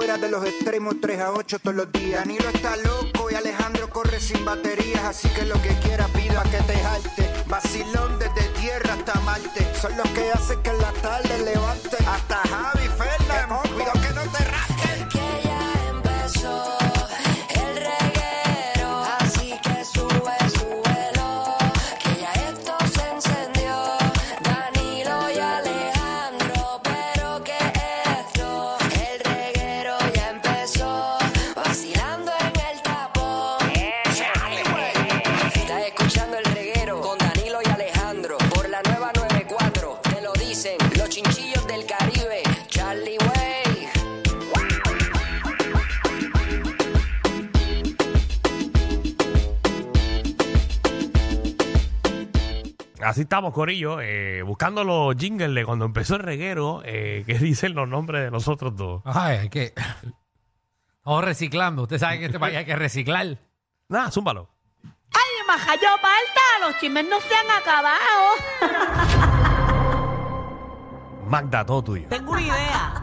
tiras de los extremos 3 a 8 todos los días. Nilo está loco y Alejandro corre sin baterías, así que lo que quiera pida que te jarte. Vacilón desde tierra hasta Marte, son los que hacen que en la tarde levante. Hasta Javi Fernández, cuidado que no te rasquen. Que ya empezó el reguero, así que sube, súbelo, que ya esto se encendió. Danilo y Alejandro, pero que esto, el reguero ya empezó, vacilando en el tapón. Estás escuchando el reguero con Danilo y Alejandro por la nueva 94. Te lo dicen los chinchillos del Caribe, Charlie Way. Así estamos, Corillo, eh, buscando los jingles de cuando empezó el reguero, eh, que dicen los nombres de nosotros dos. Ay, hay que. Estamos reciclando. Usted sabe que en este país hay que reciclar. Nada, zúmbalo. ¡Ay, majayo palta! ¡Los chismes no se han acabado! Magda, todo tuyo. Tengo una idea.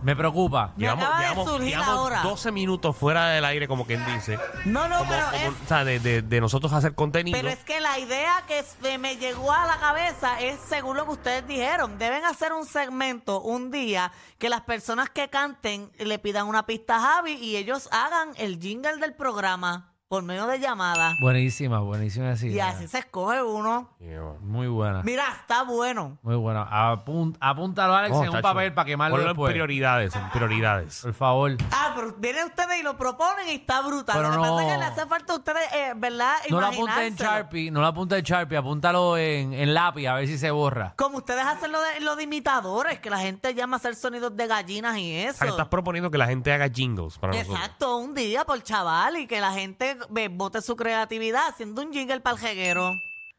Me preocupa. Me acaba de surgir ahora. 12 minutos fuera del aire, como quien dice. No, no, Como- este pero como- es, o sea, de, de- de nosotros hacer contenido. pero es que la idea que se me llegó a la cabeza es según lo que ustedes dijeron. Deben hacer un segmento un día que las personas que canten le pidan una pista a Javi y ellos hagan el jingle del programa por medio de llamada. Buenísima, buenísima esa Y idea. así se escoge uno. Yeah. Muy buena. Mira, está bueno. Muy buena. Apun- apúntalo, Alex, Oh, en un chacho. papel para quemarlo Ponlo después. en prioridades, en prioridades. Por favor. Ah, pero vienen ustedes y lo proponen y está brutal. Pero lo que pasa es que no. le hace falta a ustedes, eh, ¿verdad? No lo apunte en Imaginárselo. Sharpie, no lo apunte en Sharpie, apúntalo en, en lápiz a ver si se borra. Como ustedes hacen lo de, lo de imitadores, que la gente llama a hacer sonidos de gallinas y O eso. sea, que estás proponiendo que la gente haga jingles para nosotros. Exacto, un día por chaval y que la gente ve- bote su creatividad haciendo un jingle para el jeguero.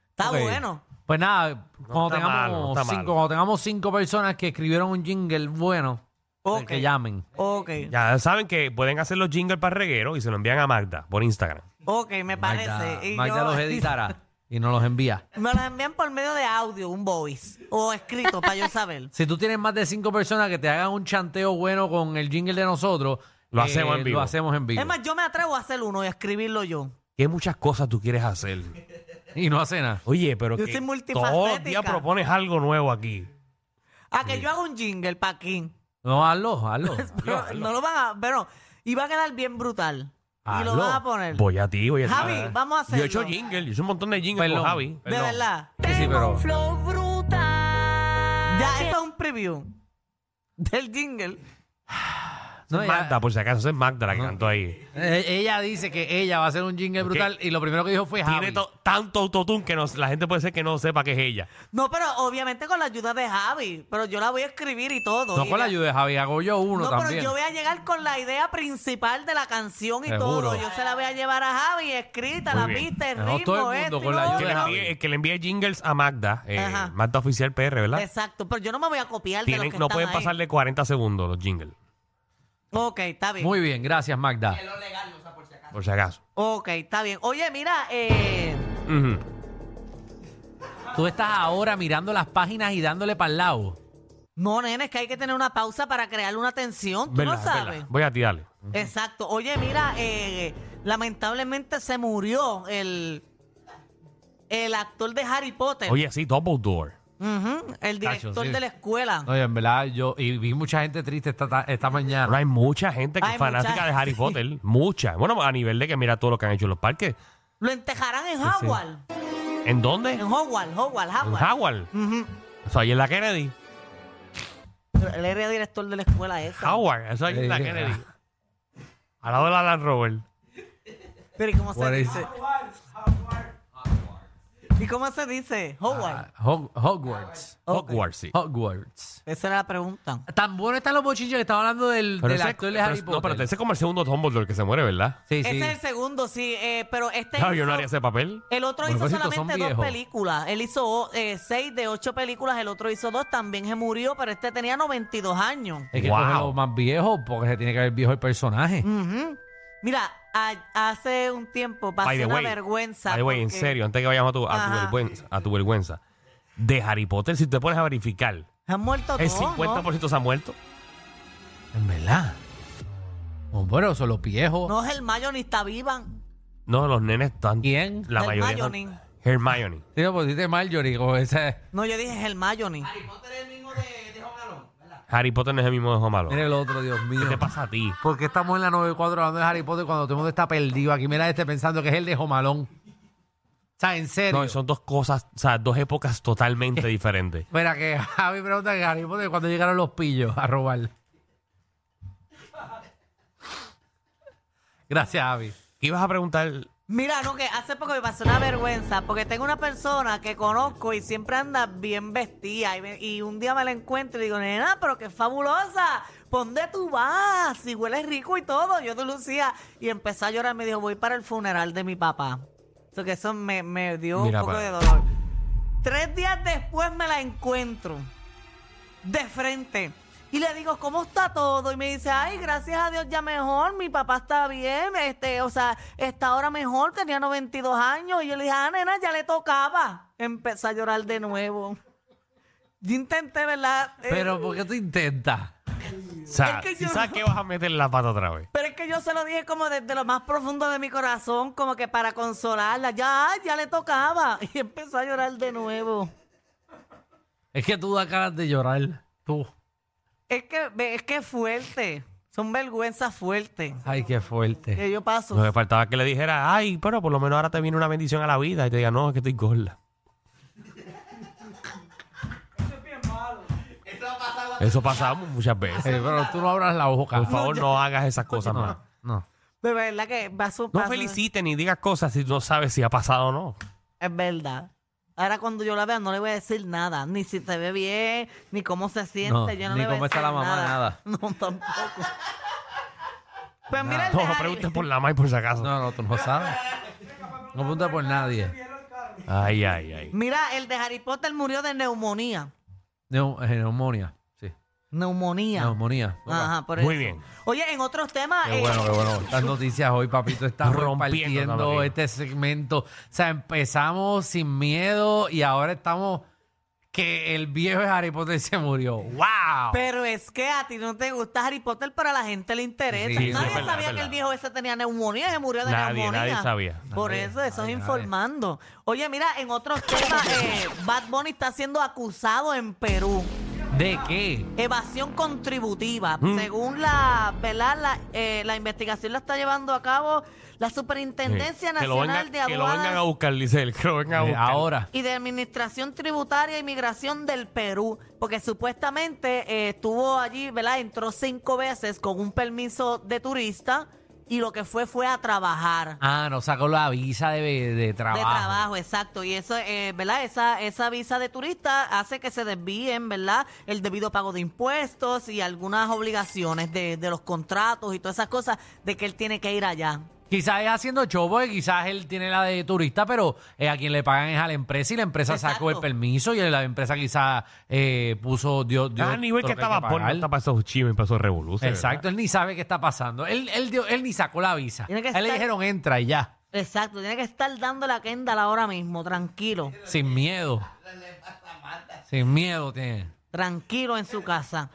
Está Ok. bueno. Pues nada, cuando, está tengamos malo, no está cinco, malo. cuando tengamos cinco personas que escribieron un jingle bueno, pues Ok. que llamen. Ok, Ya saben que pueden hacer los jingles para el reguero y se lo envían a Magda por Instagram. ok, me parece. Magda, Y Magda yo- los editará y nos los envía. Me los envían por medio de audio, un voice, o escrito para yo saber. Si tú tienes más de cinco personas que te hagan un chanteo bueno con el jingle de nosotros, eh, Lo hacemos en vivo. Lo hacemos en vivo. Es más, yo me atrevo a hacer uno y a escribirlo yo. ¿Qué muchas cosas tú quieres hacer? Y no hace nada. Oye, pero Yo que soy todos los días multifacética. propones algo nuevo aquí. A que yo haga un jingle para aquí. No, hazlo, hazlo. Pero no lo van a. Pero. Y va a quedar bien brutal. Y lo Hazlo. van a poner. Voy a ti, voy a ti. Ah. Javi, vamos a hacerlo. Yo he hecho jingle, yo hice un montón de jingles Perdón, con Javi. De perdón. verdad. Sí, sí, pero. flow brutal. Ya, esto es un preview del jingle. no, ella- Magda, por si acaso, es Magda la que cantó ahí. eh, ella dice que ella va a hacer un jingle brutal y lo primero que dijo fue Javi. Tiene to- tanto autotune que no- la gente puede ser que no sepa que es ella. No, pero obviamente con la ayuda de Javi. Pero yo la voy a escribir y todo. No Y con la ya- ayuda de Javi, hago yo uno No, también. pero yo voy a llegar con la idea principal de la canción y Seguro. todo. Yo se la voy a llevar a Javi, escrita, Muy la bien. pista, el No, ritmo, todo el mundo esto y con lo la Que ayuda le, de otro. Javi. envíe, eh, que le envíe jingles a Magda. eh, Ajá. Magda Oficial PR, ¿verdad? Exacto, pero yo no me voy a copiar de Tienen- los que no están pueden ahí. pasarle 40 segundos los jingles, Ok, está bien. Muy bien, gracias Magda. por si acaso. Ok, está bien. Oye, mira, eh, Ujú. Tú estás ahora mirando las páginas y dándole para el lado. no, nene, es que hay que tener una pausa para crear una tensión. Tú Verdad, no es sabes. verdad. Voy a ti, dale. Exacto. Oye, mira, eh, lamentablemente se murió el, el actor de Harry Potter. Oye, sí, Double Door. Ujú, el director Cacho, sí. de la escuela. Oye, en verdad, yo y vi mucha gente triste esta, ta- esta mañana. Ahora hay mucha gente que Hay es fanática mucha- de Harry Potter. Mucha. Bueno, a nivel de que mira todo lo que han hecho en los parques. Lo entejarán en Sí, sí. Howard. ¿En dónde? En Howard, Howard, En Howard. Howard. Eso ahí en la Kennedy. Pero Él era director de la escuela esa. Howard, eso ahí en la Eh, Kennedy. Al lado de la Land Rover. Pero ¿y cómo se What is dice? ¿Y cómo se dice? Howard. Ah, Hog- Hogwarts. Hogwarts, sí. Hogwarts. Esa era la pregunta. Tan bueno están los bochinches que estaba hablando del, Pero del ese, actor de Harry pero- no, Potter. pero ese es como el segundo Dumbledore que se muere, ¿verdad? sí, Ese sí. es el segundo, sí. eh, pero este Claro, yo hizo- no haría ese papel. El otro Por hizo pues propósito, son solamente dos viejos. películas. Él hizo eh, seis de ocho películas, el otro hizo dos, también se murió, pero este tenía 92 años. Hay que Wow. Mm. cogerlo más viejo porque se tiene que ver viejo el personaje. Ujú. Mira, a- hace un tiempo pasé By the una way. vergüenza. By the way, en porque- serio, antes que vayamos a tu, a tu Ajá. vergüenza, a tu vergüenza. De Harry Potter, si te pones a verificar, Han muerto el todos, ¿no? 50% se ha muerto. En verdad. Oh, bueno, son los viejos. No, el mayo ni está viva. No, los nenes están. ¿Quién? La mayoría. están- Hermione. Hermione. Sí, pues lo pusiste Marjorie con ese. No, yo dije el mayo ni. Harry Potter no es el mismo de Homalo. Mira el otro, Dios mío. ¿Qué te pasa a ti? ¿Por qué estamos en la 94 hablando de Harry Potter cuando todo el mundo está perdido? Aquí mira este pensando que es el de Jomalón. O sea, en serio. No, son dos cosas, o sea, dos épocas totalmente diferentes. Mira que Javi pregunta que Harry Potter cuando llegaron los pillos a robar. Gracias, Eh. Javi. ¿Qué ibas a preguntar? Mira, no, que hace poco me pasó una vergüenza porque tengo una persona que conozco y siempre anda bien vestida y, me- y un día me la encuentro y digo, nena, pero qué fabulosa, ¿por dónde tú vas? Y hueles rico y todo. Yo te lucía y empecé a llorar me dijo, voy para el funeral de mi papá. Eso que eso me, me dio Mira un poco para- de dolor. Tres días después me la encuentro de frente. Y le digo, ¿cómo está todo? Y me dice, ay, gracias a Dios ya mejor, mi papá está bien, este, o sea, está ahora mejor, tenía 92 años. Y yo le dije, ah, nena, ya le tocaba. Empecé a llorar de nuevo. Yo intenté, ¿verdad? Eh, Pero, ¿por qué tú intentas? O sea, Es que si yo sabes no- que vas a meter la pata otra vez. pero es que yo se lo dije como desde lo más profundo de mi corazón, como que para consolarla, ya, ya le tocaba. Y empezó a llorar de nuevo. Es que tú das ganas de llorar. Tú. Es que, ve, es que es fuerte, son vergüenzas fuertes Ay, qué fuerte. Eh, que yo paso. Lo que faltaba que le dijera, ay, pero por lo menos ahora te viene una bendición a la vida. Y te diga, no, es que estoy gorda. Eso pasa muchas veces. Eh, pero tú no abras la boca. Por favor, no hagas esas cosas más. No, no. De verdad que va a su No paso- felicites ni digas cosas si no sabes si ha pasado o no. Es verdad. Ahora cuando yo la vea no le voy a decir nada, ni si se ve bien, ni cómo se siente, No, yo no ni le voy a cómo está decir la mamá, nada. No, tampoco. Pues mira el No, de no Harry. preguntes por la May por si acaso. No, no, tú no sabes. No pregunta por nadie. Ay, ay, ay. Mira, el de Harry Potter murió de neumonía. Neu- eh, neumonía. Sí. Neumonía. Neumonía. Ajá, por Muy eso. bien. Oye, en otros temas, Qué eh, bueno, qué bueno. Estas noticias hoy, papito, están Rompiendo, rompiendo papito. este segmento. O sea, empezamos sin miedo y ahora estamos que el viejo de Harry Potter se murió. Ah, ¡Wow! pero es que a ti no te gusta Harry Potter, pero a la gente le interesa. Sí, sí, nadie es verdad, es sabía que el verdad. viejo ese tenía neumonía, se murió de Nadie, neumonía. nadie sabía. Por Nadie, eso, eso nadie, es informando. Oye, mira, en otros temas, eh, Bad Bunny está siendo acusado en Perú. ¿De qué? Evasión contributiva. Mm. Según la, ¿verdad? La, eh, la investigación la está llevando a cabo la Superintendencia Sí. Que Nacional lo vengan- de Que lo vengan a Aduanas buscar, Lisel. Que lo vengan a Eh, buscar. ahora. y de Administración Tributaria e Inmigración del Perú, porque supuestamente eh, estuvo allí, ¿verdad? Entró cinco veces con un permiso de turista y lo que fue fue a trabajar. Ah, no sacó la visa de, de trabajo. De trabajo, exacto. Y eso, eh, ¿verdad? Esa, esa visa de turista hace que se desvíen, ¿verdad? El debido pago de impuestos y algunas obligaciones de, de los contratos y todas esas cosas de que él tiene que ir allá. Quizás es haciendo show porque quizás él tiene la de turista, pero eh, a quien le pagan es a la empresa y la empresa sacó el Exacto. permiso y la empresa quizás eh, puso Dios. Ah, ni ver que estaba por no está para esos chismes, para esos revoluciones. Exacto, él ni sabe qué está pasando. Él, él, dio- él ni sacó la visa. A Tiene él que le estar- dijeron entra y ya, Exacto, tiene que estar dando la kendall ahora mismo, tranquilo, sin miedo. Sin miedo tiene. tranquilo en su casa.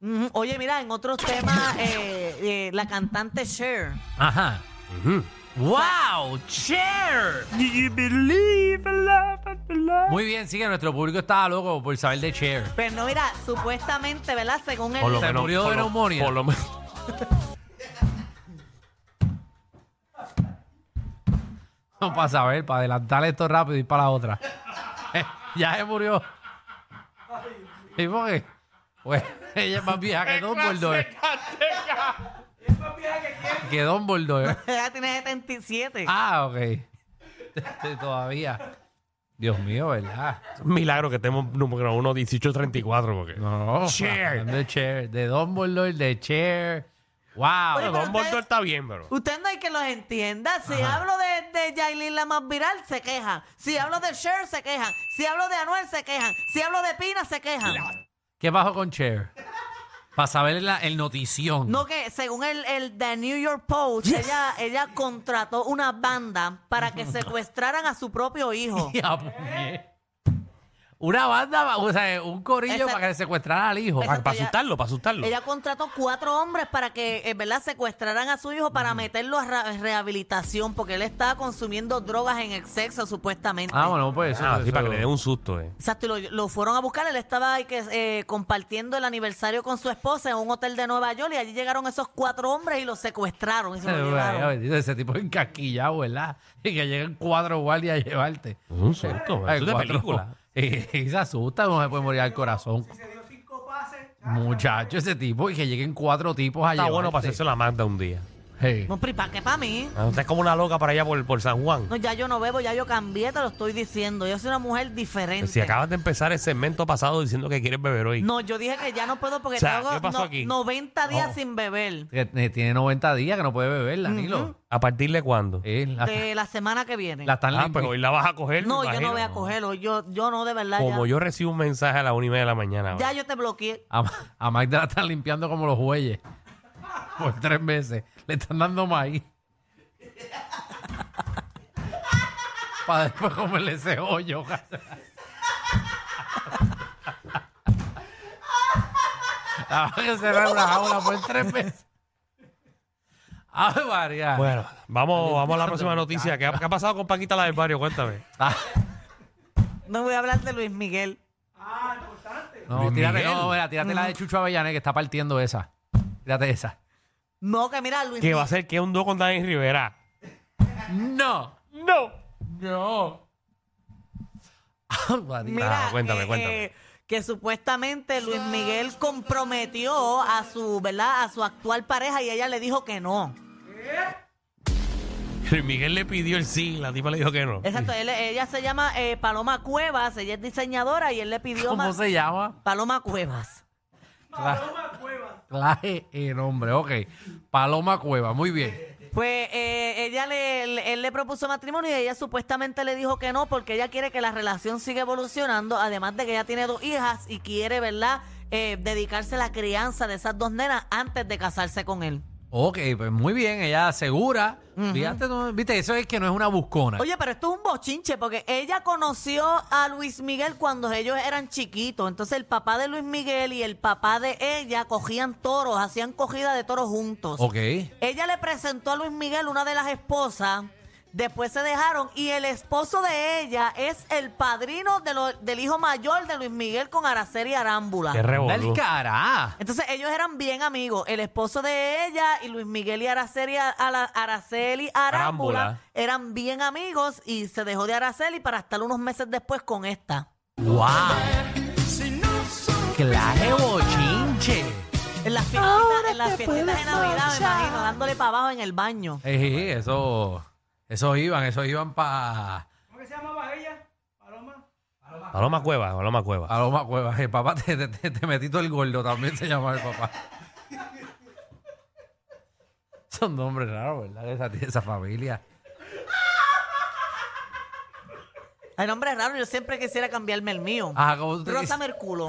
Ujú. Oye, mira, en otros temas, eh, eh, la cantante Cher. Ajá. Ujú. ¡Wow! ¡Cher! Muy bien, sí que nuestro público estaba loco por saber de Cher. Pero no, mira, supuestamente, ¿verdad? Según el... Por lo Se menos- murió de por lo- neumonía. Por lo menos. No, para saber, para adelantar esto rápido y ir para la otra. Eh, ya se murió. ¿Y por qué? Pues ella es más vieja que Don Bordo. Que Don Bordo. Ya tiene 77. Ah, ok. Este, Todavía. Dios mío, ¿verdad? Milagro que estemos número 1, 1834. Porque... No, Cher. De Cher. De Don Bordo, de Cher. ¡Wow! Oye, Don pero ustedes- está bien, pero. Usted no hay que los entienda. Si hablo de, de Yailin la más viral, se quejan. Si hablo de Cher, se quejan. Si hablo de Anuel, se quejan. Si hablo de Pina, se quejan. ¿Qué pasó con Cher? Para saber la, el notición. No, que según el, el The New York Post, ella, ella contrató una banda para que secuestraran a su propio hijo. Ya, puñe. Una banda, o sea, un corillo Esa- para que le secuestraran al hijo. Para, Exacto, ella- asustarlo, para asustarlo. Ella contrató cuatro hombres para que, eh, ¿verdad?, secuestraran a su hijo para meterlo a ra- rehabilitación porque él estaba consumiendo drogas en exceso, supuestamente. Ah, bueno, pues eso. Ah, sí, eso- para que le dé un susto, eh. Exacto, y lo, lo fueron a buscar. Él estaba ahí que, eh, compartiendo el aniversario con su esposa en un hotel de Nueva York y allí llegaron esos cuatro hombres y los secuestraron. Y se lo llevaron. Ay, bendito, Ese tipo encasquillado, ¿verdad? Y que lleguen cuatro guardias a llevarte. Es un susto, eh. Ay, eso es de cuatro. película. Y, y se asusta, uno se puede morir al corazón. Muchacho, ese tipo, y que lleguen cuatro tipos a Está llevarte. bueno para hacerse la Magda un día. Sí. No, pero ¿y ¿Para qué para mí? Ah, Usted es como una loca para allá por, por San Juan. No, ya yo no bebo, ya yo cambié, te lo estoy diciendo. Yo soy una mujer diferente. Si acabas de empezar el segmento pasado diciendo que quieres beber hoy. No, yo dije que ya no puedo porque O sea, tengo ¿qué pasó no- aquí? 90 Oh. días sin beber. Que t- tiene 90 días que no puede beber, Danilo. ¿A partir de cuándo? Eh, la, De la semana que viene. la están Ah, limpi- pues hoy la vas a coger. me no, yo imagino. no voy a cogerlo. Yo, yo no, de verdad. Como ya, yo recibo un mensaje a las una y media de la mañana. ya yo te bloqueé. a, Ma- a Magda la están limpiando como los bueyes. Por tres meses. Le están dando maíz. para después comerle ese hoyo. La van a cerrar la jaula por tres meses. Ay, María. Bueno, vamos, vamos a la próxima noticia. ¿Qué ha, qué ha pasado con Paquita la del barrio? Cuéntame. Ah, No voy a hablar de Luis Miguel. no, Luis tírate, Miguel. no, mira, tírate la de Chucho Avellané que está partiendo esa. Tírate esa. No, que mira, Luis ¿Qué va a Miguel- ser? ¿Qué un dúo con Dani Rivera? No. No. No. Mira, eh, Ah, cuéntame, cuéntame. que supuestamente Luis Miguel comprometió a su, ¿verdad? A su actual pareja y ella le dijo que no. Luis Miguel le pidió el sí, la tipa le dijo que no. Exacto, él- ella se llama eh, Paloma Cuevas, ella es diseñadora y él le pidió ¿Cómo más. se llama? Paloma Cuevas. Claje el nombre, ok. Paloma Cueva, muy bien. Pues eh, ella le, le- él le propuso matrimonio y ella supuestamente le dijo que no porque ella quiere que la relación siga evolucionando, además de que ella tiene dos hijas y quiere, ¿verdad? Eh, dedicarse a la crianza de esas dos nenas antes de casarse con él. Ok, pues muy bien, ella asegura. Fíjate, no- viste, eso es que no es una buscona. Oye, pero esto es un bochinche porque ella conoció a Luis Miguel cuando ellos eran chiquitos. Entonces el papá de Luis Miguel y el papá de ella cogían toros, hacían cogida de toros juntos. Ok. Ella le presentó a Luis Miguel una de las esposas. Después se dejaron y el esposo de ella es el padrino de lo- del hijo mayor de Luis Miguel con Araceli Arámbula. Qué revolú. Del cara. Entonces ellos eran bien amigos. El esposo de ella y Luis Miguel y Araceli, a- a la- Araceli Arámbula Arámbula. eran bien amigos y se dejó de Araceli para estar unos meses después con esta. Wow. Claje bochinche. En las fiestitas, en las fiestitas de Navidad, me imagino, dándole para abajo en el baño. Eh, eso, esos iban, esos iban para Paloma Cueva, Paloma Cueva. Paloma Cueva. El papá te, te, te- te metí todo el gordo, también se llama el papá. Son nombres raros, ¿verdad? Esa, esa familia. El nombre es raro, yo siempre quisiera cambiarme el mío. Ah, como tú te Rosa dices. Merculo.